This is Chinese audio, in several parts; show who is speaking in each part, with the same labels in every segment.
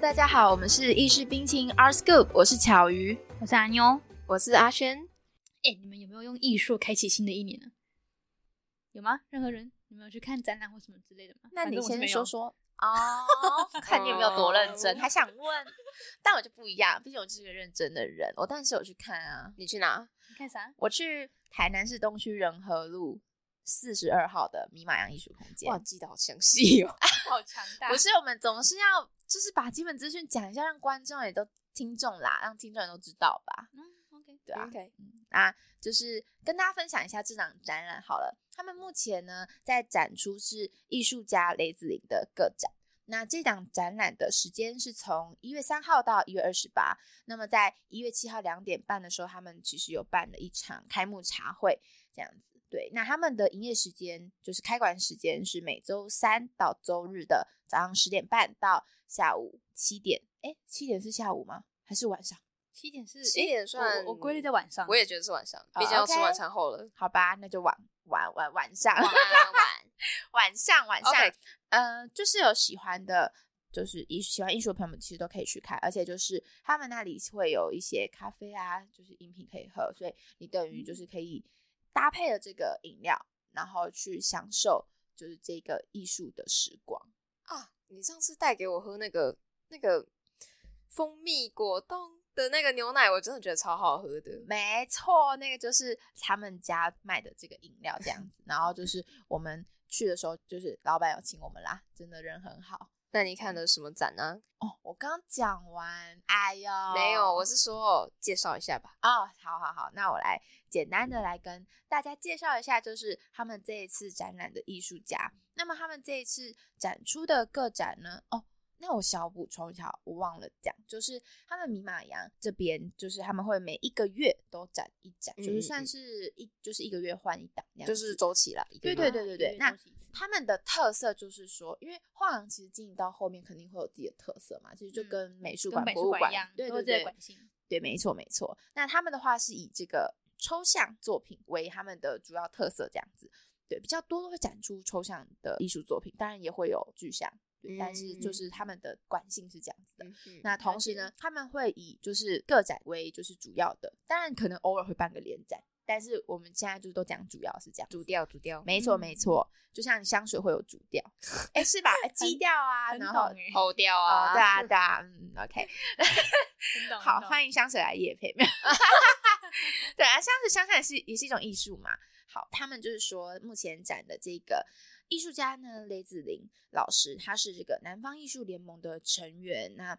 Speaker 1: 大家好，我们是意式冰淇淋 R Scoop，我是巧鱼，
Speaker 2: 我是阿妞。
Speaker 1: 我是阿轩。
Speaker 2: 哎、你们有没有用艺术开启新的一年呢？啊有吗？任何人？你们有去看展览或什么之类的吗？
Speaker 1: 那
Speaker 2: 反
Speaker 1: 你
Speaker 2: 正我是
Speaker 1: 先
Speaker 2: 没有
Speaker 1: 说。说哦， 看你有没有多认真，还想问，但我就不一样，毕竟我就是个认真的人，我当然是有去看啊。
Speaker 3: 你去哪？
Speaker 2: 你看 啥？
Speaker 1: 我去台南市东区仁和路四十二号的米马洋艺术空间
Speaker 3: 哇，，记得好详细哦。
Speaker 2: 好强 大！
Speaker 1: 不是我们总是要就是把基本资讯讲一下，让观众也都听众啦，让听众也都知道吧。
Speaker 2: 嗯，OK，
Speaker 1: 对啊
Speaker 3: OK，
Speaker 1: 啊，就是跟大家分享一下这场展览好了。他们目前呢在展出是艺术家雷子林的个展。那这档展览的时间是从一月三号到一月二十八。那么在一月七号两点半的时候，他们其实有办了一场开幕茶会，这样子。对，那他们的营业时间就是开馆时间是每周三到周日的早上十点半到下午七点。哎，七点是下午吗？还是晚上？
Speaker 2: 七点是
Speaker 3: 七点
Speaker 2: 诶
Speaker 3: 算
Speaker 2: 我我
Speaker 1: 嗯
Speaker 2: 归类在晚上。
Speaker 3: 我也觉得是晚上，
Speaker 1: 哦
Speaker 3: 毕竟要吃
Speaker 1: OK
Speaker 3: 晚餐后了。
Speaker 1: 好吧，那就晚晚晚晚上。
Speaker 3: 晚安晚
Speaker 1: 晚上晚上
Speaker 3: OK
Speaker 1: 呃，就是有喜欢的，就是艺喜欢艺术的朋友们其实都可以去看，而且就是他们那里会有一些咖啡啊，就是饮品可以喝，所以你等于
Speaker 3: 嗯
Speaker 1: 就是可以搭配了这个饮料，然后去享受就是这个艺术的时光。
Speaker 3: 安啊！你上次带给我喝那个那个蜂蜜果冻的那个牛奶，我真的觉得超好喝的。
Speaker 1: 没错，那个就是他们家卖的这个饮料这样子，然后 就是我们去的时候，就是老板有请我们啦，真的人很好。
Speaker 3: 那你看的什么展呢？
Speaker 1: 哦，我刚讲完，哎呦，
Speaker 3: 没有，我是说介绍一下吧。
Speaker 1: 哦，好好好，那我来简单的来跟大家介绍一下，就是他们这一次展览的艺术家。那么他们这一次展出的个展呢，哦，那我小补充一下，我忘了讲，就是他们米马洋这边，就是他们会每一个月都展一展，就
Speaker 3: 嗯嗯
Speaker 1: 是
Speaker 3: 嗯
Speaker 1: 算是一就是一个月换一档这样子，
Speaker 3: 就是周期啦，一个
Speaker 1: 对
Speaker 3: 月
Speaker 1: 对
Speaker 3: 嘛
Speaker 1: 对对对
Speaker 2: 一个月
Speaker 1: 那
Speaker 2: 休息一次
Speaker 1: 他们的特色就是说，因为画廊其实经营到后面肯定会有自己的特色嘛，其实就
Speaker 2: 嗯
Speaker 1: 跟美术
Speaker 2: 跟
Speaker 1: 馆、
Speaker 2: 美
Speaker 1: 博
Speaker 2: 术
Speaker 1: 物
Speaker 2: 馆
Speaker 1: 馆
Speaker 2: 一样，
Speaker 1: 对
Speaker 2: 都
Speaker 1: 对
Speaker 2: 是这
Speaker 1: 对
Speaker 2: 个，管性。
Speaker 1: 对，没错没错。那他们的话是以这个抽象作品为他们的主要特色，这样子。对，比较多会展出抽象的艺术作品，当然也会有具象，对但是就
Speaker 3: 嗯
Speaker 1: 是他们的惯性是这样子的。
Speaker 3: 嗯嗯
Speaker 1: 那同时呢，他们会以就是个展为就是主要的，当然可能偶尔会办个联展，但是我们现在就是都讲主要是这样子。
Speaker 3: 主调主调，
Speaker 1: 没错
Speaker 2: 嗯
Speaker 1: 没错，就像香水会有主 调，哎是吧？哎基调啊，
Speaker 2: 很
Speaker 1: 然
Speaker 2: 懂
Speaker 1: 后
Speaker 2: 哎，
Speaker 3: 后调
Speaker 1: 哦
Speaker 3: 啊，
Speaker 1: 对啊对啊，嗯 OK，
Speaker 2: 很懂。
Speaker 1: 好，
Speaker 2: 很懂
Speaker 1: 欢迎香水来夜 配。 对啊，香水香水也是也是一种艺术嘛。好，他们就是说，目前展的这个艺术家呢，雷子林老师，他是这个南方艺术联盟的成员。那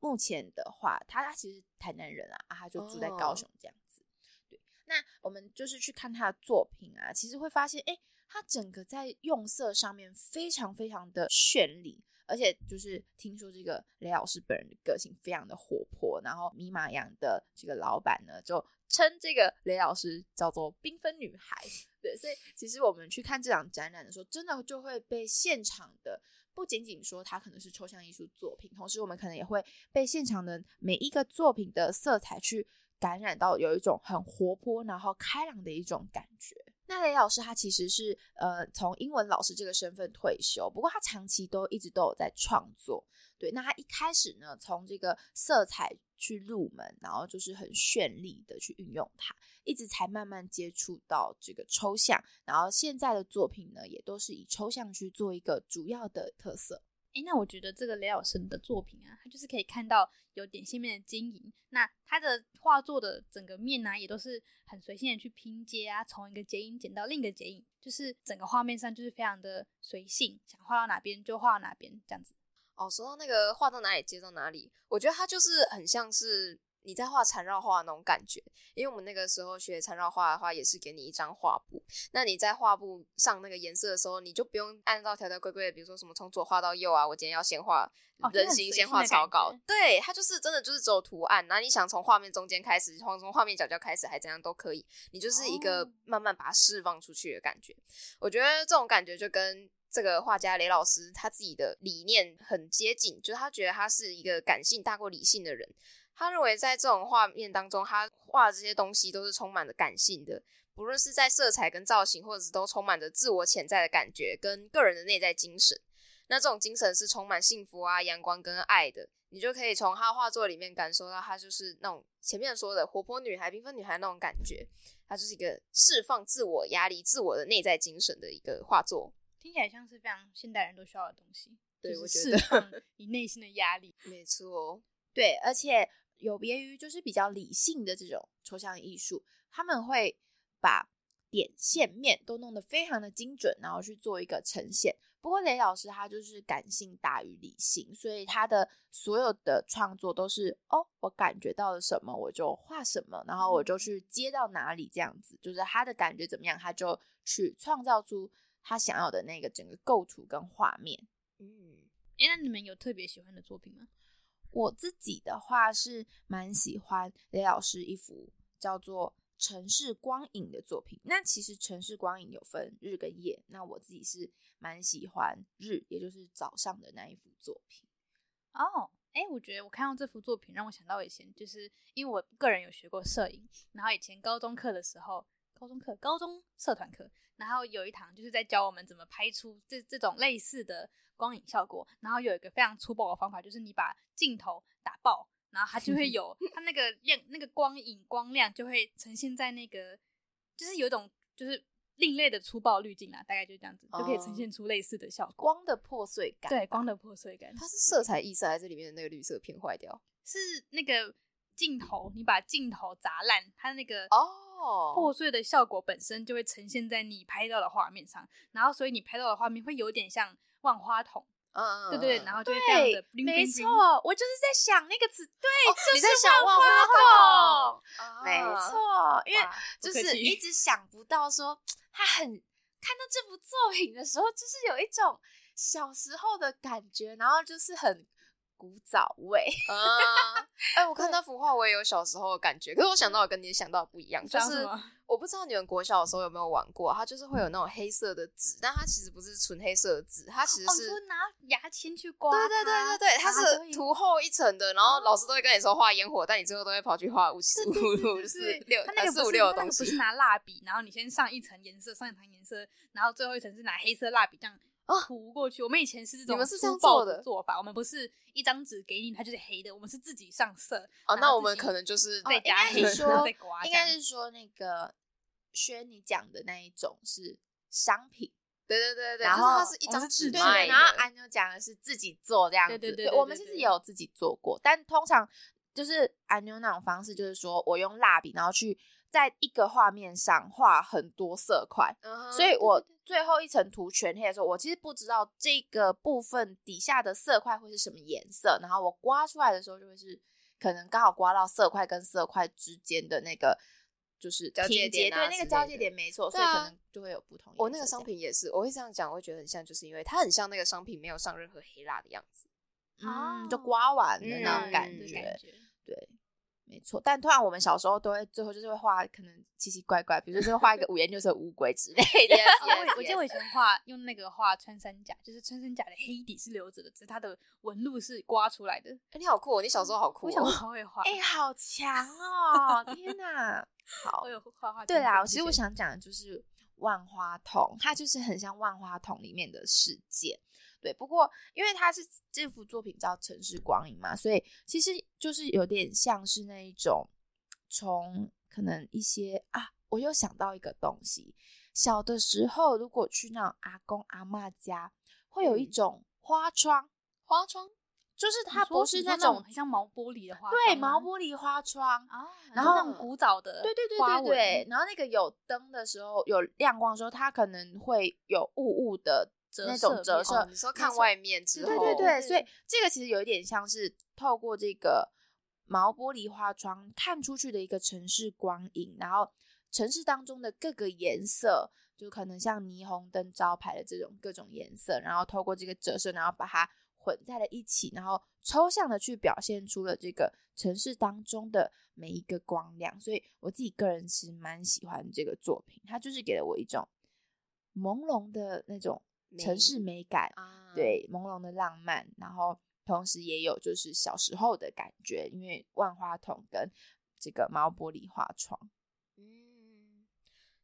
Speaker 1: 目前的话，他他其实台南人啊，啊他就住在高
Speaker 3: 哦
Speaker 1: 雄这样子。对，那我们就是去看他的作品啊，其实会发现，哎，他整个在用色上面非常非常的绚丽，而且就是听说这个雷老师本人的个性非常的活泼，然后米马洋的这个老板呢就称这个雷老师叫做缤纷女孩，对，所以其实我们去看这场展览的时候，真的就会被现场的。不仅仅说它可能是抽象艺术作品，同时我们可能也会被现场的每一个作品的色彩去感染到，有一种很活泼然后开朗的一种感觉。那雷老师他其实是呃从英文老师这个身份退休，不过他长期都一直都有在创作。对，那他一开始呢，从这个色彩去入门，然后就是很绚丽的去运用它，一直才慢慢接触到这个抽象，然后现在的作品呢，也都是以抽象去做一个主要的特色。
Speaker 2: 哎，那我觉得这个雷老师的作品啊，他就是可以看到有点线面的经营，那他的画作的整个面啊呢、也都是很随性的去拼接啊，从一个剪影剪到另一个剪影，就是整个画面上就是非常的随性，想画到哪边就画到哪边这样子。
Speaker 3: 哦，说到那个画到哪里接到哪里，我觉得它就是很像是你在画缠绕画那种感觉。因为我们那个时候学缠绕画的话，也是给你一张画布，那你在画布上那个颜色的时候，你就不用按照条条规规的，比如说什么从左画到右啊，我今天要先画
Speaker 2: 哦就是
Speaker 3: 人
Speaker 2: 很
Speaker 3: 形，
Speaker 2: 随
Speaker 3: 先
Speaker 2: 性
Speaker 3: 画
Speaker 2: 的
Speaker 3: 草
Speaker 2: 感
Speaker 3: 稿
Speaker 2: 觉。
Speaker 3: 对，它就是真的就是只有图案，然后你想从画面中间开始，从从画面角角开始，还怎样都可以，你就是一个
Speaker 2: 哦
Speaker 3: 慢慢把它释放出去的感觉。我觉得这种感觉就跟这个画家雷老师他自己的理念很接近，就是他觉得他是一个感性大过理性的人。他认为在这种画面当中，他画的这些东西都是充满了感性的，不论是在色彩跟造型，或者是都充满着自我潜在的感觉跟个人的内在精神。那这种精神是充满幸福啊、阳光跟爱的，你就可以从她画作里面感受到她就是那种前面说的活泼女孩、缤纷女孩那种感觉。她就是一个释放自我压力、自我的内在精神的一个画作。
Speaker 2: 听起来像是非常现代人都需要的东西，
Speaker 3: 对
Speaker 2: 就是
Speaker 3: 我觉
Speaker 2: 释
Speaker 3: 得
Speaker 2: 放你内心的压力。
Speaker 3: 没错，
Speaker 1: 对，而且有别于就是比较理性的这种抽象艺术，他们会把点线面都弄得非常的精准，然后去做一个呈现。不过雷老师他就是感性大于理性，所以他的所有的创作都是哦，我感觉到了什么我就画什么，然后我
Speaker 3: 嗯
Speaker 1: 就去接到哪里这样子，就是他的感觉怎么样，他就去创造出他想要的那个整个构图跟画面。
Speaker 3: 嗯，
Speaker 2: 哎，那你们有特别喜欢的作品吗？
Speaker 1: 我自己的话是蛮喜欢雷老师一幅叫做《城市光影》的作品。那其实《城市光影》有分日跟夜，那我自己是蛮喜欢日，也就是早上的那一幅作品。
Speaker 2: 哦，哎，我觉得我看到这幅作品，让我想到以前，就是因为我个人有学过摄影，然后以前高中课的时候，高中课、高中社团课，然后有一堂就是在教我们怎么拍出这这种类似的光影效果，然后有一个非常粗暴的方法，就是你把镜头打爆。然后它就会 有它那个亮，那个光影光亮就会呈现在那个，就是有一种就是另类的粗暴滤镜啦，大概就这样子，就可以呈
Speaker 3: 哦
Speaker 2: 现出类似的效果。
Speaker 1: 光的破碎感，
Speaker 2: 对，光的破碎感。
Speaker 3: 它是色彩意识还是里面的那个绿色片坏掉？
Speaker 2: 是那个镜头，你把镜头砸烂，它那个
Speaker 3: 哦
Speaker 2: 破碎的效果本身就会呈现在你拍到的画面上，然后所以你拍到的画面会有点像万花筒，
Speaker 3: 嗯，
Speaker 2: 对对对，然
Speaker 3: 后
Speaker 2: 后就会非常
Speaker 1: 对
Speaker 2: 的，冰
Speaker 1: 没
Speaker 2: 冰
Speaker 1: 错，我就是在想那个词， 对，
Speaker 3: 哦
Speaker 1: 哎就是
Speaker 3: 你在想万
Speaker 1: 花
Speaker 3: 花筒
Speaker 1: 筒，没错，因为就
Speaker 2: 不客
Speaker 1: 是
Speaker 2: 气
Speaker 1: 一直想不到说他很看到这幅作品的时候，就是有一种小时候的感觉，然后就是很古早味。
Speaker 3: 啊， 哎，我看那幅画，我也有小时候的感觉，可是我想到的跟你想到的不一样，就
Speaker 2: 想什
Speaker 3: 是
Speaker 2: 么
Speaker 3: 我不知道你们国小的时候有没有玩过，啊它就是
Speaker 1: 嗯
Speaker 3: 会有那种黑色的纸，但它其实不是纯黑色的纸，它其实
Speaker 2: 哦，你
Speaker 3: 是。
Speaker 2: 说拿牙签去刮它，
Speaker 3: 对对
Speaker 1: 啊
Speaker 3: 对对对，它
Speaker 2: 然后就会
Speaker 3: 是涂厚一层的，然
Speaker 1: 哦
Speaker 3: 后老师都会跟你说画烟火，但你最后都会跑去画五七五五四六
Speaker 1: 呃
Speaker 3: 呃
Speaker 2: 它那个
Speaker 3: 四
Speaker 2: 不
Speaker 3: 五
Speaker 2: 是
Speaker 3: 六的
Speaker 2: 它那
Speaker 3: 东
Speaker 2: 个不
Speaker 3: 西
Speaker 2: 是拿蜡笔，然后你先上一层颜色，上一层颜色，然后最后一层是拿黑色蜡笔这样
Speaker 1: 哦
Speaker 3: 啊
Speaker 2: 涂过去。我们以前是这种
Speaker 3: 你们是这样
Speaker 2: 粗暴
Speaker 3: 做
Speaker 2: 的
Speaker 3: 的
Speaker 2: 做法，我们不是一张纸给你，它就是黑的，我们是自己上色，
Speaker 3: 哦。
Speaker 2: 然
Speaker 3: 那
Speaker 2: 后
Speaker 3: 我们
Speaker 2: 自己
Speaker 3: 可能就是
Speaker 1: 哦
Speaker 2: 再加
Speaker 1: 应
Speaker 2: 黑，
Speaker 1: 该是
Speaker 2: 然后
Speaker 1: 说
Speaker 2: 再刮这
Speaker 1: 应
Speaker 2: 样，
Speaker 1: 该是说那个轩你讲的那一种是商品，
Speaker 3: 对对对对，
Speaker 1: 然
Speaker 3: 就是它
Speaker 1: 后哦
Speaker 3: 是一
Speaker 2: 我
Speaker 3: 张
Speaker 2: 们是
Speaker 3: 纸
Speaker 2: 自
Speaker 1: 对，
Speaker 2: 制
Speaker 3: 卖
Speaker 1: 对
Speaker 3: 的，
Speaker 1: 然后安妞讲的是自己做这样子，
Speaker 2: 对对对对
Speaker 1: 我们
Speaker 2: 对
Speaker 1: 其
Speaker 2: 对
Speaker 1: 实也有自己做过，但通常就是安妞那种方式，就是说我用蜡笔，然后去在一个画面上画很多色块，
Speaker 3: 嗯
Speaker 1: 所以我最后一层涂全黑的时候，我其实不知道这个部分底下的色块会是什么颜色，然后我刮出来的时候就会是可能刚好刮到色块跟色块之间的那个就是
Speaker 3: 交界
Speaker 1: 拼接
Speaker 3: 点啊
Speaker 1: 对那个
Speaker 3: 之类
Speaker 1: 交界
Speaker 3: 的
Speaker 1: 点没错，所
Speaker 3: 对
Speaker 1: 以
Speaker 3: 啊
Speaker 1: 可能就会有不同颜色这样。
Speaker 3: 我那个商品也是，我会这样讲，我会觉得很像，就是因为它很像那个商品没有上任何黑蜡的样子。
Speaker 1: 嗯，就
Speaker 2: 哦
Speaker 1: 刮完的
Speaker 3: 嗯
Speaker 1: 那种感
Speaker 3: 嗯
Speaker 1: 觉，
Speaker 2: 觉。
Speaker 1: 对。没错，但通常我们小时候都会最后就是会画可能奇奇怪怪，比如说就会画一个五颜六色乌龟之类 的。
Speaker 2: 哦我以我记得我以前画用那个画穿山甲，就是穿山甲的黑底是留着的，只是它的纹路是刮出来的。
Speaker 3: 哎，你好酷哦！你小时候好酷
Speaker 2: 我小时
Speaker 3: 哦。
Speaker 2: 候超会画，
Speaker 1: 哎、好强哦！天哪，好
Speaker 2: 我，有画画。
Speaker 1: 对啦，其实我想讲的就是万花筒，它就是很像万花筒里面的世界。对，不过因为它是这幅作品叫《城市光影》嘛，所以其实就是有点像是那一种从可能一些啊，我又想到一个东西，小的时候如果去那种阿公阿嬷家，会有一
Speaker 3: 嗯
Speaker 1: 种花窗，
Speaker 3: 花窗，
Speaker 1: 就是
Speaker 2: 你
Speaker 1: 它
Speaker 2: 说
Speaker 1: 不
Speaker 2: 你
Speaker 1: 是
Speaker 2: 说那
Speaker 1: 种
Speaker 2: 很像毛玻璃的花
Speaker 1: 对
Speaker 2: 窗
Speaker 1: 毛
Speaker 2: 吗
Speaker 1: 玻璃花窗，
Speaker 2: 啊，你
Speaker 1: 然
Speaker 2: 说那
Speaker 3: 后
Speaker 2: 种古早的，
Speaker 1: 对对对对对，，然后那个有灯的时候，有亮光的时候，它可能会有雾雾的
Speaker 2: 折
Speaker 1: 那
Speaker 2: 射
Speaker 1: 种折
Speaker 2: 面
Speaker 1: 射
Speaker 3: 哦，你说看外面之
Speaker 1: 对
Speaker 3: 后，
Speaker 1: 对对
Speaker 2: 对
Speaker 1: 对，所以这个其实有一点像是透过这个毛玻璃花窗看出去的一个城市光影，然后城市当中的各个颜色，就可能像霓虹灯招牌的这种各种颜色，然后透过这个折射，然后把它混在了一起，然后抽象的去表现出了这个城市当中的每一个光亮。所以我自己个人其实蛮喜欢这个作品，它就是给了我一种朦胧的那种城
Speaker 3: 美
Speaker 1: 市美感，
Speaker 3: 啊，
Speaker 1: 对朦胧的浪漫，然后同时也有就是小时候的感觉，因为万花筒跟这个毛玻璃花窗，
Speaker 3: 嗯，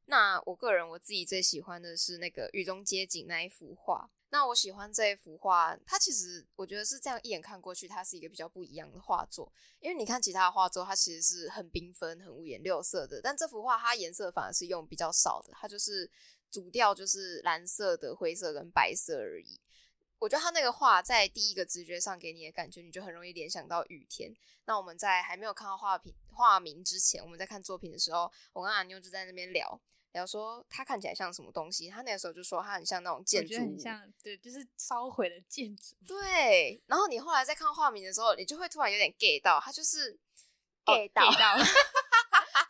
Speaker 3: 那我个人我自己最喜欢的是那个《雨中街景》那一幅画，那我喜欢这一幅画，它其实我觉得是这样一眼看过去，它是一个比较不一样的画作。因为你看其他的画作，它其实是很缤纷、很五颜六色的，但这幅画它颜色反而是用比较少的，它就是主调就是蓝色的、灰色跟白色而已。我觉得他那个画在第一个直觉上给你的感觉，你就很容易联想到雨天。那我们在还没有看到画品画名之前，我们在看作品的时候，我跟阿妞就在那边聊聊说，它看起来像什么东西。他那个时候就说，它很像那种
Speaker 2: 我
Speaker 3: 建
Speaker 2: 觉
Speaker 3: 筑
Speaker 2: 得很
Speaker 3: 物，
Speaker 2: 像，对，就是烧毁了建筑。
Speaker 3: 对，然后你后来在看画名的时候，你就会突然有点 get 到，它就是
Speaker 1: get 到
Speaker 3: get 到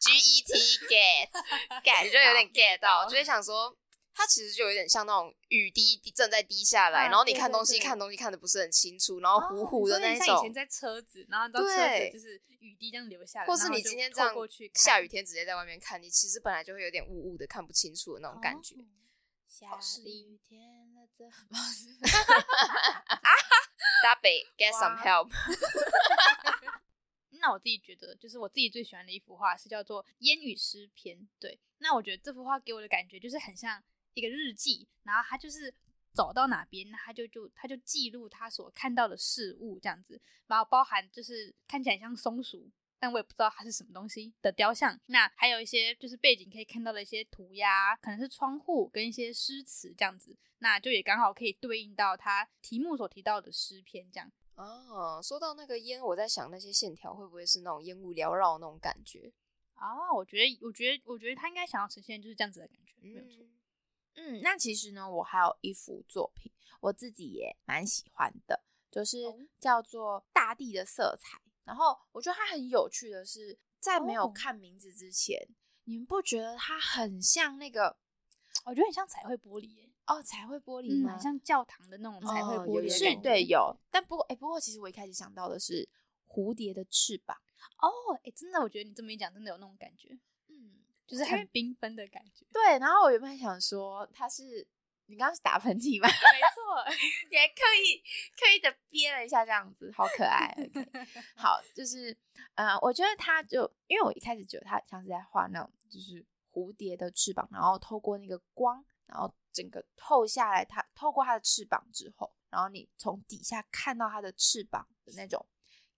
Speaker 3: G E T get get，你就有点 get 到，就会想说，它其实就有点像那种雨滴滴正在滴下来，
Speaker 2: 啊
Speaker 3: 然后你
Speaker 2: 对
Speaker 3: 看
Speaker 2: 对
Speaker 3: 东西
Speaker 2: 对
Speaker 3: 看东西看的不是很清楚，然后
Speaker 2: 哦
Speaker 3: 糊糊的
Speaker 2: 所以
Speaker 3: 那一
Speaker 2: 像以前
Speaker 3: 种，
Speaker 2: 在车子，然后你知道车
Speaker 3: 对
Speaker 2: 子就是雨滴这样流下来，
Speaker 3: 或是
Speaker 2: 然后
Speaker 3: 你
Speaker 2: 就
Speaker 3: 今天
Speaker 2: 透
Speaker 3: 这样
Speaker 2: 过去看
Speaker 3: 下雨天直接在外面看，你其实本来就会有点雾雾的看不清楚的那种感觉。
Speaker 2: 哦
Speaker 1: 下
Speaker 3: 是
Speaker 1: 雨天了，怎么？
Speaker 3: 大北 get
Speaker 2: 哇
Speaker 3: some help，
Speaker 2: 那我自己觉得，就是我自己最喜欢的一幅画是叫做《烟雨诗篇》。对，那我觉得这幅画给我的感觉就是很像一个日记，然后他就是走到哪边，那他就就他就记录他所看到的事物这样子，然后包含就是看起来像松鼠。但我也不知道它是什么东西的雕像。那还有一些就是背景可以看到的一些涂鸦，可能是窗户跟一些诗词这样子，那就也刚好可以对应到他题目所提到的诗篇这样。
Speaker 3: 哦，说到那个烟，我在想那些线条会不会是那种烟雾缭绕那种感觉？
Speaker 2: 啊，我觉得，我觉得，我觉得他应该想要呈现就是这样子的感觉，没有错。
Speaker 3: 嗯，
Speaker 1: 嗯，那其实呢，我还有一幅作品，我自己也蛮喜欢的，就是
Speaker 2: 哦
Speaker 1: 叫做《大地的色彩》。然后我觉得它很有趣的是，在没有
Speaker 2: 哦
Speaker 1: 看名字之前，你们不觉得它很像那个
Speaker 2: 我觉得很像彩绘玻璃耶，
Speaker 1: 哦彩绘玻璃
Speaker 2: 嗯，
Speaker 1: 吗？
Speaker 2: 很像教堂的那种彩绘
Speaker 3: 啊哦
Speaker 2: 玻璃
Speaker 3: 有
Speaker 2: 的
Speaker 1: 是
Speaker 2: 感觉。
Speaker 1: 对有，但不过哎、不过其实我一开始想到的是蝴蝶的翅膀，
Speaker 2: 哦，哎、真的，我觉得你这么一讲，真的有那种感觉，
Speaker 1: 嗯，
Speaker 2: 就是
Speaker 1: 因为。
Speaker 2: 很缤纷的感觉
Speaker 1: 对。然后我原本还想说它是你刚刚是打喷嚏吗？
Speaker 2: 没错，
Speaker 1: 你还刻意刻意的憋了一下，这样子好可爱。OK，好，就是呃，我觉得他就因为我一开始觉得他像是在画那种就是蝴蝶的翅膀，然后透过那个光，然后整个透下来它，透过它的翅膀之后，然后你从底下看到它的翅膀的那种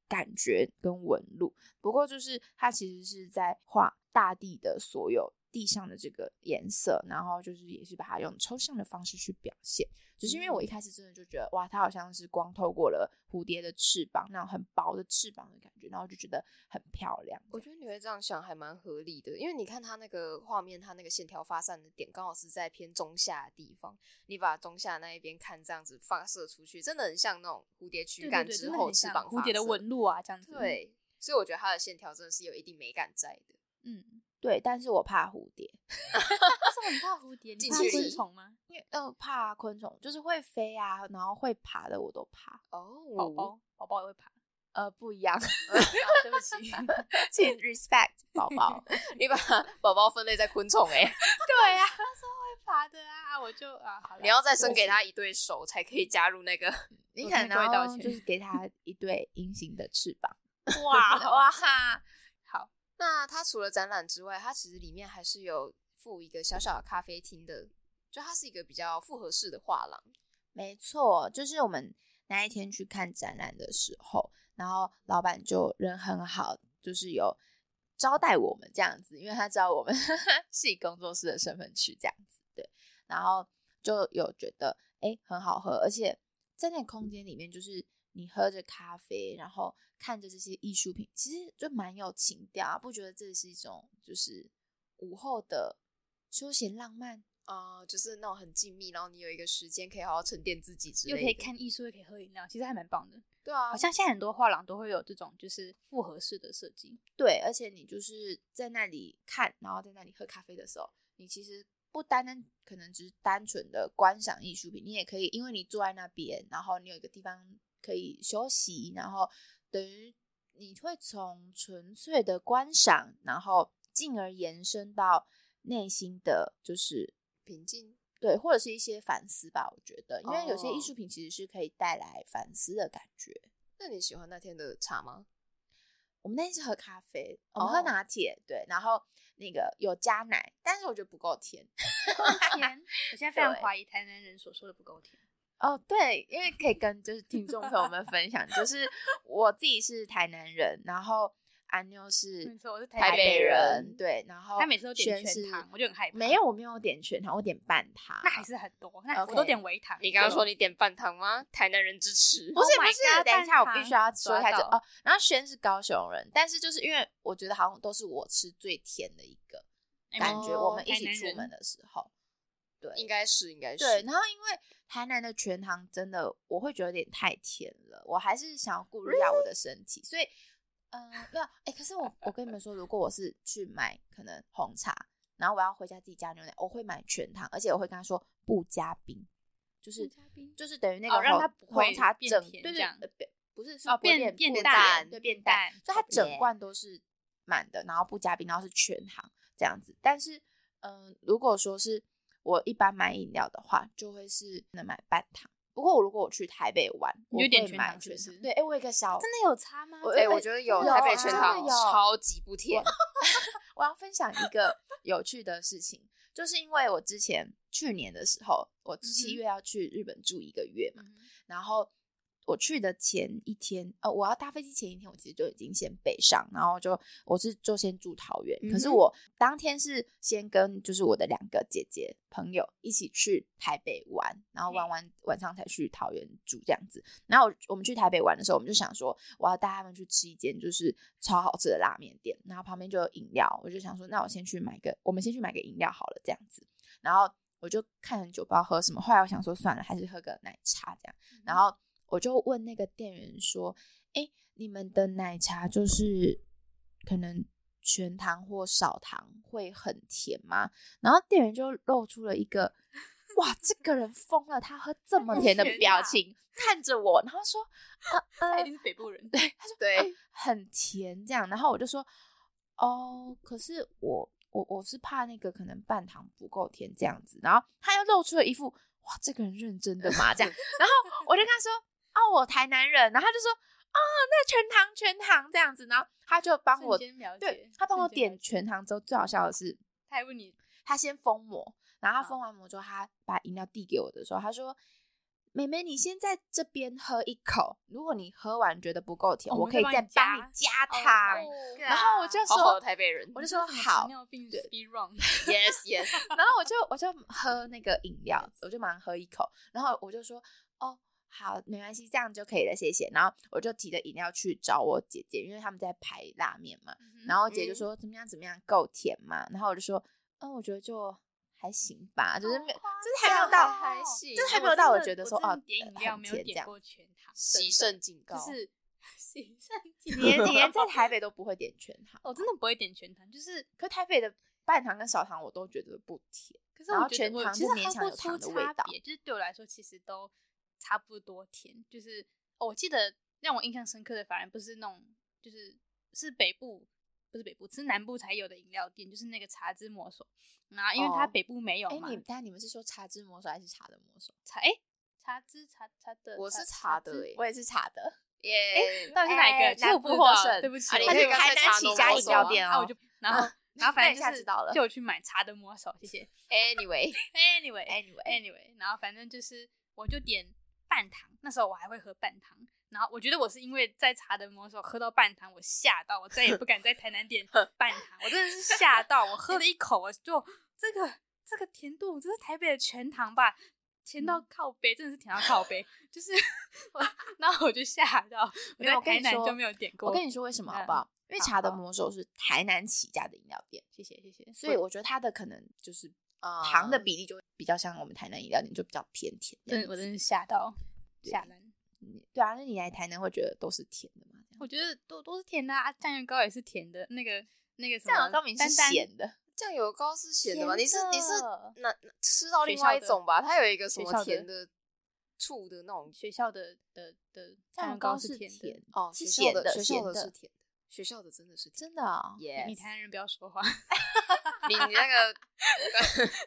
Speaker 1: 感觉跟纹路。不过就是它其实是在画大地的所有。地上的这个颜色，然后就是也是把它用抽象的方式去表现。只是因为我一
Speaker 2: 嗯
Speaker 1: 开始真的就觉得，哇，它好像是光透过了蝴蝶的翅膀，那种很薄的翅膀的感觉，然后就觉得很漂亮。
Speaker 3: 我觉得你会这样想还蛮合理的，因为你看它那个画面，它那个线条发散的点刚好是在偏中下的地方，你把中下那一边看这样子发射出去，真的很像那种蝴蝶
Speaker 2: 对
Speaker 3: 躯
Speaker 2: 对
Speaker 3: 干
Speaker 2: 对，
Speaker 3: 之
Speaker 2: 真的
Speaker 3: 后
Speaker 2: 很
Speaker 3: 翅
Speaker 2: 像
Speaker 3: 膀
Speaker 2: 蝴蝶的
Speaker 3: 发射
Speaker 2: 纹路啊，这样子。，
Speaker 3: 对， 所以我觉得它的线条真的是有一定美感在的。
Speaker 2: 嗯，
Speaker 1: 对，但是我怕蝴蝶，
Speaker 2: 但是我很怕蝴蝶，你
Speaker 3: 近
Speaker 2: 怕
Speaker 1: 距
Speaker 2: 昆
Speaker 1: 离
Speaker 2: 虫吗？
Speaker 1: 因为呃怕昆虫，就是会飞啊，然后会爬的我都怕。
Speaker 3: 哦，
Speaker 2: 宝宝，宝宝也会 爬。
Speaker 1: 呃，不一样，
Speaker 2: 啊对不起，
Speaker 1: 请 respect 宝宝。
Speaker 3: 你把 宝宝分类在昆虫哎、
Speaker 2: 对啊，他说会爬的啊，我就啊，好啦
Speaker 3: 你要再生给他一对手才可以加入那个。
Speaker 1: 你
Speaker 2: 我
Speaker 1: 可能
Speaker 2: 跟各位道
Speaker 1: 要
Speaker 2: 歉
Speaker 1: 就是给 它一对隐形的翅膀。
Speaker 2: 哇哇
Speaker 1: 哈！
Speaker 2: 好，
Speaker 3: 那它除了展览之外，它其实里面还是有附一个小小的咖啡厅的，就它是一个比较复合式的画廊。
Speaker 1: 没错，就是我们那一天去看展览的时候，然后老板就人很好，就是有招待我们这样子，因为他知道我们 是以工作室的身份去这样子，对，然后就有觉得哎、诶很好喝，而且在那个空间里面，就是你喝着咖啡，然后看着这些艺术品，其实就蛮有情调啊，不觉得这是一种就是午后的休闲浪漫？
Speaker 3: 啊、就是那种很静谧，然后你有一个时间可以好好沉淀自己之类
Speaker 2: 又
Speaker 3: 的。
Speaker 2: 可以，看艺术，又可以喝饮料，其实还蛮棒的。
Speaker 3: 对啊，
Speaker 2: 好像现在很多画廊都会有这种就是复合式的设 计，
Speaker 1: 对，而且你就是在那里看，然后在那里喝咖啡的时候，你其实不单单可能只是单纯的观赏艺术品，你也可以因为你坐在那边，然后你有一个地方可以休息，然后等于你会从纯粹的观赏，然后进而延伸到内心的就是
Speaker 3: 平静。
Speaker 1: 对，或者是一些反思吧。我觉得，因为有些
Speaker 3: 哦
Speaker 1: 艺术品其实是可以带来反思的感觉。
Speaker 3: 那你喜欢那天的茶吗？
Speaker 1: 我们那天是喝咖啡，我们喝
Speaker 3: 哦
Speaker 1: 拿铁对，然后那个有加奶，但是我觉得不够甜。
Speaker 2: 甜。我现在非常
Speaker 1: 对
Speaker 2: 怀疑台南人所说的不够甜。
Speaker 1: 哦，对，因为可以跟就是听众朋友们分享，就是我自己是台南人，然后安妞
Speaker 2: 没
Speaker 1: 是
Speaker 2: 错，我是
Speaker 1: 台
Speaker 2: 北
Speaker 1: 北人，对，然后
Speaker 2: 他每次都点
Speaker 1: 轩是
Speaker 2: 全糖，我就很害怕。
Speaker 1: 没有，，我没有点全糖，我点半糖，
Speaker 2: 那还是很多，那我
Speaker 1: OK
Speaker 2: 都点微糖。
Speaker 3: 你刚刚说你点半糖吗？台南人支持
Speaker 1: 不。是
Speaker 2: Oh
Speaker 1: 不
Speaker 2: my
Speaker 1: 是，
Speaker 2: God，
Speaker 1: 等一下，我
Speaker 2: 蛋
Speaker 1: 必
Speaker 2: 挞
Speaker 1: 须要说一下这
Speaker 2: 抓到
Speaker 1: 哦。然后轩是高雄人，但是就是因为我觉得好像都是我吃最甜的一个
Speaker 2: 哎
Speaker 1: 感觉，我们一
Speaker 2: 台
Speaker 1: 起
Speaker 2: 南
Speaker 1: 出
Speaker 2: 人
Speaker 1: 门的时候，对
Speaker 3: 应该是，应该是。
Speaker 1: 对。然后因为台南的全糖真的我会觉得有点太甜了，我还是想要顾虑一下我的身体，所以嗯、呃没有哎、可是我我跟你们说，如果我是去买可能红茶，然后我要回家自己加牛奶，我会买全糖，而且我会跟他说不加冰，就是
Speaker 2: 不加冰
Speaker 1: 就是等于那
Speaker 2: 哦
Speaker 1: 个
Speaker 2: 让
Speaker 1: 红
Speaker 2: 它不会
Speaker 1: 红茶
Speaker 2: 变
Speaker 1: 整
Speaker 2: 甜
Speaker 1: 对
Speaker 2: 这
Speaker 1: 对
Speaker 2: 样
Speaker 1: 呃变不是是
Speaker 2: 哦
Speaker 1: 不会
Speaker 2: 变
Speaker 1: 变
Speaker 2: 变
Speaker 1: 淡
Speaker 2: 淡
Speaker 1: 对变
Speaker 2: 变
Speaker 1: 淡，
Speaker 2: 淡
Speaker 1: 所以它
Speaker 2: 好
Speaker 1: 整
Speaker 2: 耶
Speaker 1: 罐都是满的，然后不加冰，然后是全糖这样子。但是嗯、呃如果说是我一般买饮料的话，就会是能买半糖。不过我如果我去台北玩，我
Speaker 2: 你就点
Speaker 1: 会
Speaker 2: 全
Speaker 1: 买
Speaker 2: 糖是
Speaker 1: 全
Speaker 2: 不是
Speaker 1: 对，哎、我有一个小
Speaker 2: 真的有差吗？
Speaker 1: 我
Speaker 3: 哎、
Speaker 1: 哎
Speaker 3: 我觉得有
Speaker 1: 有
Speaker 3: 台北
Speaker 1: 啊
Speaker 3: 全
Speaker 1: 真的
Speaker 3: 糖
Speaker 1: 有
Speaker 3: 超级不甜，
Speaker 1: 我要分享一个有趣的事情，就是因为我之前去年的时候，我七
Speaker 2: 嗯哼
Speaker 1: 月要去日本住一个月嘛，
Speaker 2: 嗯哼
Speaker 1: 然后我去的前一天，呃，我要搭飞机前一天，我其实就已经先北上，然后就我是就先住桃园，可是
Speaker 2: 嗯哼
Speaker 1: 我当天是先跟就是我的两个姐姐朋友一起去台北玩，然后玩完晚上才去桃园住这样子。然后我我们去台北玩的时候，我们就想说，我要带他们去吃一间就是超好吃的拉面店，然后旁边就有饮料，我就想说，那我先去买个，我们先去买个饮料好了，这样子。然后我就看很久不知道喝什么，后来我想说算了，还是喝个奶茶这样。然后我就问那个店员说：“哎，你们的奶茶就是可能全糖或少糖会很甜吗？”然后店员就露出了一个哇，这个人 疯了，他喝这么 甜的
Speaker 2: 天
Speaker 1: 表
Speaker 3: 啊
Speaker 2: 哪
Speaker 1: 情，看着我，然后说：“呃
Speaker 2: 他一
Speaker 1: 呃，
Speaker 2: 定是北部 人。
Speaker 1: 对，他说
Speaker 3: 对
Speaker 1: 嗯很甜这样，然后我就说哦，可是我我我是怕那个可能半糖不够甜这样子，然后他又露出了一副哇这个人认真的嘛这 样，然后我就跟他说哦我台南人，然后他就说哦那全糖全糖这样子，然后他就帮我
Speaker 2: 瞬间了解
Speaker 1: 对他帮我
Speaker 2: 瞬间了
Speaker 1: 点
Speaker 2: 解
Speaker 1: 全糖之后，最好笑的是
Speaker 2: 他还问你
Speaker 1: 他先封膜，然后他
Speaker 2: 好
Speaker 1: 封完膜之后，他把饮料递给我的时候，他说：“妹妹，你先在这边喝一口，如果你喝完觉得不够甜，
Speaker 2: 哦
Speaker 1: 我
Speaker 2: 我
Speaker 1: 可
Speaker 2: 会
Speaker 1: 以
Speaker 2: 帮
Speaker 1: 再
Speaker 2: 你
Speaker 1: 帮你加糖。然后我就
Speaker 3: 好好
Speaker 1: 说
Speaker 3: 的台北人
Speaker 1: 哦我就
Speaker 2: 哦你
Speaker 1: 说
Speaker 2: 是什么
Speaker 1: 好
Speaker 2: 糖尿病
Speaker 1: 对
Speaker 2: speed run，
Speaker 3: ，yes yes，
Speaker 1: 然后我就我就喝那个饮料，我就马上喝一口，然后我就说：“哦，好，没关系，这样就可以了，谢谢。”然后我就提着饮料去找我姐姐，因为他们在排拉面嘛。然后我姐就
Speaker 3: 嗯
Speaker 1: 说：“怎么样，怎么样，够甜吗？”然后我就说：“嗯，我觉得就还行吧，就是
Speaker 2: 哦
Speaker 1: 没有，就是还没有到
Speaker 3: 还行，
Speaker 1: 就是还
Speaker 2: 还
Speaker 1: 没有到我觉得说哦，
Speaker 2: 点饮
Speaker 1: 呃
Speaker 2: 料
Speaker 1: 很
Speaker 2: 没有
Speaker 1: 甜这
Speaker 2: 点
Speaker 1: 样
Speaker 2: 过全糖，
Speaker 3: 喜胜警告，
Speaker 2: 就是 喜上 几
Speaker 1: 你连你连在台 北都不会点全糖，
Speaker 2: 哦我真的不会点全糖，就是
Speaker 1: 可台北的半糖跟少糖我都觉得不甜。
Speaker 2: 可是
Speaker 1: 然后
Speaker 2: 我觉
Speaker 1: 全
Speaker 2: 得我
Speaker 1: 糖
Speaker 2: 其实
Speaker 1: 不勉
Speaker 2: 喝
Speaker 1: 强有
Speaker 2: 不出
Speaker 1: 糖的味
Speaker 2: 差
Speaker 1: 道
Speaker 2: 别，就是对我来说其实都差不多甜。就是、哦我记得让我印象深刻的，反而不是那种就是是北部不是北部，是南部才有的饮料店，就是那个茶之魔手。然后因为它
Speaker 1: 哦
Speaker 2: 北部没有
Speaker 1: 哎，
Speaker 2: 嘛，
Speaker 1: 你但你们是说茶之魔手还是茶的魔手？
Speaker 2: 茶哎、茶之茶茶的，
Speaker 3: 我是茶
Speaker 2: 茶
Speaker 3: 的
Speaker 2: 之
Speaker 3: 哎
Speaker 1: 我也是茶的，
Speaker 3: 耶，
Speaker 2: 到底是哪一个？
Speaker 1: 哎
Speaker 2: 其实我
Speaker 1: 南部
Speaker 2: 不知
Speaker 1: 获
Speaker 2: 道，
Speaker 1: 胜
Speaker 2: 对不起，
Speaker 3: 啊你
Speaker 2: 我
Speaker 3: 可以
Speaker 2: 就
Speaker 3: 刚
Speaker 1: 台
Speaker 3: 才
Speaker 1: 南
Speaker 3: 查
Speaker 1: 起
Speaker 3: 浓
Speaker 1: 家
Speaker 3: 缩
Speaker 1: 饮料
Speaker 3: 嘛
Speaker 1: 店
Speaker 2: 啊，
Speaker 1: 哦
Speaker 2: 我就。然后然后
Speaker 1: 那
Speaker 2: 反
Speaker 1: 你
Speaker 2: 正
Speaker 1: 下
Speaker 2: 就
Speaker 1: 次
Speaker 2: 是哎
Speaker 1: 知道了
Speaker 2: 就我去买茶的魔手，谢谢。
Speaker 3: Anyway，
Speaker 2: Anyway
Speaker 1: Anyway，
Speaker 2: anyway，然后反正就是我就点半糖，那时候我还会喝半糖。然后我觉得我是因为在茶的魔手喝到半糖，我吓到，我再也不敢在台南 点半糖，我真的是吓到，我喝了一口，我就这个这个甜度，这是台北的全糖吧？甜到靠背，真的是甜到靠背，就是 我，然后我就吓到，我
Speaker 1: 没有
Speaker 2: 在
Speaker 1: 我跟
Speaker 2: 台
Speaker 1: 你
Speaker 2: 南
Speaker 1: 说
Speaker 2: 就没有点过。
Speaker 1: 我跟你说为什么好不
Speaker 2: 嗯
Speaker 1: 好？因为茶的
Speaker 2: 好
Speaker 1: 魔手是台南起家的饮料店，
Speaker 2: 谢谢谢谢，
Speaker 1: 所以我觉得它的可能就是
Speaker 3: 啊
Speaker 1: 糖的比例就会比较像我们台南饮料店，就比较偏甜这
Speaker 2: 真
Speaker 1: 样
Speaker 2: 的
Speaker 1: 子。
Speaker 2: 我真的吓到吓烂。
Speaker 1: 你对啊，那你来台南会觉得都是甜的嘛？
Speaker 2: 我觉得都都是甜的啊，酱油膏也是甜的，那个那个什
Speaker 1: 这样
Speaker 2: 么
Speaker 1: 酱油高明是
Speaker 2: 丹丹
Speaker 1: 咸的，
Speaker 3: 酱油膏是咸的吗？
Speaker 2: 甜
Speaker 3: 你是你是
Speaker 2: 的
Speaker 3: 哪哪吃到
Speaker 2: 学
Speaker 3: 另外
Speaker 2: 校
Speaker 3: 一
Speaker 2: 的
Speaker 3: 种吧？它有一个什
Speaker 2: 学
Speaker 3: 么
Speaker 2: 校
Speaker 3: 甜
Speaker 2: 的
Speaker 3: 的醋的那种
Speaker 2: 学校的的的
Speaker 1: 酱
Speaker 2: 酱
Speaker 1: 油
Speaker 2: 油
Speaker 1: 膏
Speaker 2: 膏
Speaker 1: 是
Speaker 2: 甜的。
Speaker 1: 甜
Speaker 3: 哦，
Speaker 1: 是
Speaker 3: 学校
Speaker 1: 咸
Speaker 3: 的
Speaker 1: 的
Speaker 3: 学
Speaker 1: 咸
Speaker 3: 校的
Speaker 1: 的
Speaker 3: 是甜的，学校的真的是甜
Speaker 1: 真的啊
Speaker 3: 耶
Speaker 2: 你台南人不要说话，
Speaker 3: 你你那个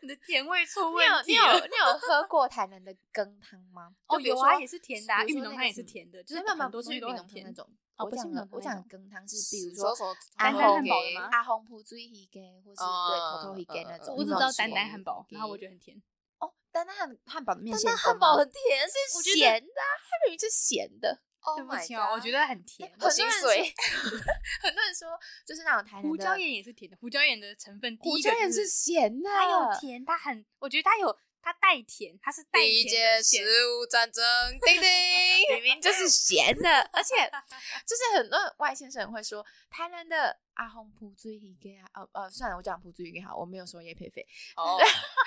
Speaker 2: 你的甜味出
Speaker 1: 你有
Speaker 2: 问
Speaker 1: 你
Speaker 2: 题
Speaker 1: 有
Speaker 2: 了。
Speaker 1: 你 有喝过台南的羹汤吗？
Speaker 2: 哦，
Speaker 1: 就比如
Speaker 2: 有啊，
Speaker 1: 说
Speaker 2: 也是甜的啊，
Speaker 1: 比
Speaker 2: 玉
Speaker 1: 如
Speaker 2: 米
Speaker 1: 说
Speaker 2: 浓
Speaker 1: 那
Speaker 2: 汤
Speaker 1: 个
Speaker 2: 也
Speaker 1: 什
Speaker 2: 是
Speaker 1: 么
Speaker 2: 甜的，就
Speaker 1: 没有
Speaker 2: 是
Speaker 1: 没有
Speaker 2: 很
Speaker 1: 不
Speaker 2: 多东
Speaker 1: 是玉
Speaker 2: 西都
Speaker 1: 米
Speaker 2: 很
Speaker 1: 浓汤
Speaker 2: 甜
Speaker 1: 那。种。
Speaker 2: 哦
Speaker 1: 我
Speaker 2: 不是
Speaker 1: 讲
Speaker 2: 玉米浓
Speaker 1: 的
Speaker 2: 汤
Speaker 1: 我
Speaker 2: 那
Speaker 1: 讲的
Speaker 2: 种
Speaker 1: 羹汤是，比
Speaker 3: 你
Speaker 1: 如
Speaker 3: 说
Speaker 1: 说
Speaker 3: 什么
Speaker 1: 阿红
Speaker 2: 丹丹汉堡的吗
Speaker 1: 阿红普醉一根，或是对
Speaker 3: 嗯
Speaker 1: 头头一根那
Speaker 3: 嗯
Speaker 1: 种。
Speaker 2: 我只知
Speaker 3: 那
Speaker 2: 道
Speaker 3: 种
Speaker 2: 丹丹
Speaker 3: 甜
Speaker 2: 汉堡，然后我觉
Speaker 1: 得
Speaker 2: 得很甜。
Speaker 1: 哦，但那汉汉堡的面
Speaker 3: 但
Speaker 1: 线
Speaker 3: 那
Speaker 1: 你知道
Speaker 3: 汉堡
Speaker 1: 吗
Speaker 3: 很甜，是
Speaker 2: 我觉得
Speaker 1: 咸的啊，它明明是咸的。
Speaker 3: Oh
Speaker 2: 对不
Speaker 3: my
Speaker 2: 起哦，我
Speaker 3: god
Speaker 2: 觉得很甜。
Speaker 3: 我心碎。
Speaker 1: 很多人说，就是那种台南的
Speaker 2: 胡椒盐也是甜的，胡椒盐的成分第
Speaker 1: 胡
Speaker 2: 一个
Speaker 1: 椒
Speaker 2: 就
Speaker 1: 盐是咸的，
Speaker 2: 它有甜，它很，我觉得它有它带甜，它是带
Speaker 3: 第一
Speaker 2: 甜
Speaker 3: 届
Speaker 2: 的咸。
Speaker 3: 食物战争，叮 叮。
Speaker 1: 明明就是咸的，而且 就是很多外先生会说，台南的阿红普醉一个啊，呃呃，算了，我讲普醉一个好，我没有说叶佩菲，
Speaker 3: 哦
Speaker 1: 呃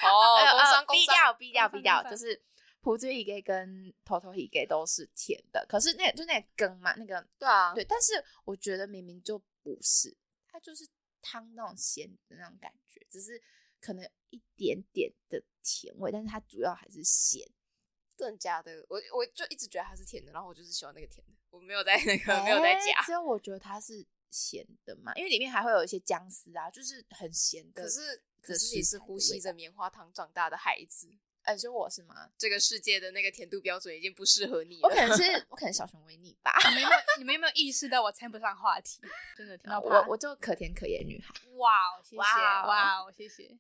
Speaker 3: 哦，
Speaker 1: 呃
Speaker 3: 工商工
Speaker 1: 逼
Speaker 3: 商，
Speaker 1: 掉逼掉
Speaker 2: 工
Speaker 1: 逼
Speaker 2: 商
Speaker 1: 掉
Speaker 2: 工，商
Speaker 1: 就是普醉一个跟头头一个都是甜的，可是那就那个羹嘛，那个
Speaker 3: 对啊，
Speaker 1: 对，但是我觉得明明就不是，它就是汤那种咸的那种感觉，只是可能一点点的甜味，但是它主要还是咸。
Speaker 3: 真的假的？我我就一直觉得它是甜的，然后我就是喜欢那个甜的，我没有在那个没有在
Speaker 1: 诶
Speaker 3: 加。
Speaker 1: 只有哎我觉得它是咸的嘛，因为里面还会有一些姜丝啊，就是很咸的。
Speaker 3: 可是可
Speaker 1: 的
Speaker 3: 是你
Speaker 1: 食
Speaker 3: 是
Speaker 1: 材
Speaker 3: 呼
Speaker 1: 的
Speaker 3: 吸
Speaker 1: 味
Speaker 3: 着
Speaker 1: 道，
Speaker 3: 棉花糖长大的孩子，
Speaker 1: 哎、你说我是吗？
Speaker 3: 这个世界的那个甜度标准已经不适合你
Speaker 1: 我哦可
Speaker 3: 了。
Speaker 1: 能是我可能小熊维尼吧，
Speaker 2: 你们有没有你们有没有意识到我掺不上话题？真的听到怕
Speaker 1: 我我就可甜可盐女孩。
Speaker 2: 哇哦，谢谢
Speaker 1: 哇哦
Speaker 2: 哇哦，谢谢。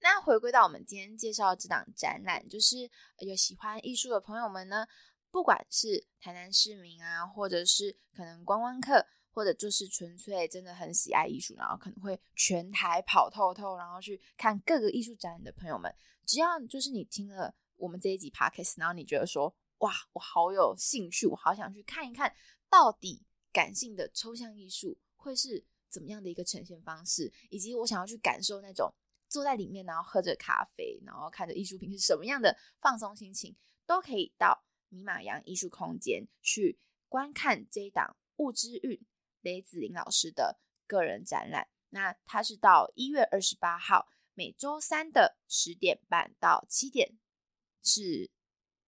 Speaker 1: 那回归到我们今天介绍的这档展览，就是呃有喜欢艺术的朋友们呢，不管是台南市民啊，或者是可能观光客，或者就是纯粹真的很喜爱艺术，然后可能会全台跑透透，然后去看各个艺术展览的朋友们，只要就是你听了我们这一集 podcast，然后你觉得说哇，我好有兴趣，我好想去看一看，到底感性的抽象艺术会是怎么样的一个呈现方式，以及我想要去感受那种坐在里面，然后喝着咖啡，然后看着艺术品是什么样的放松心情，都可以到米马洋艺术空间去观看这一档《物之韵》雷子林老师的个人展览。那它是到一月二十八号，每周三的十点半到七点是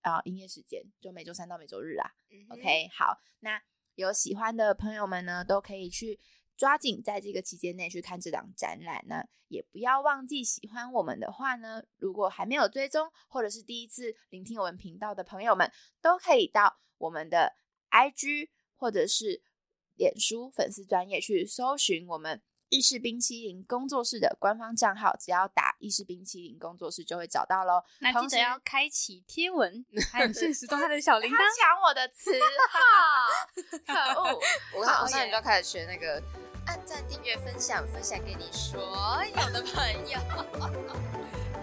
Speaker 1: 啊、呃营业时间，就每周三到每周日啊。
Speaker 3: 嗯哼
Speaker 1: OK，好，那有喜欢的朋友们呢，都可以去抓紧在这个期间内去看这档展览呢，也不要忘记喜欢我们的话呢，如果还没有追踪或者是第一次聆听我们频道的朋友们，都可以到我们的 IG 或者是脸书粉丝专业去搜寻我们。意式冰淇淋工作室的官方账号，只要打“意式冰淇淋工作室”就会找到喽。
Speaker 2: 那
Speaker 1: 同
Speaker 2: 记
Speaker 1: 时
Speaker 2: 得要开启贴文， 还有现实动态的小铃铛
Speaker 1: 他。抢我的词号，可恶！
Speaker 3: 我看
Speaker 1: 好
Speaker 3: 我上
Speaker 1: 耶
Speaker 3: 年就开始学那个按赞、订阅、分享，分享给你所有的朋友。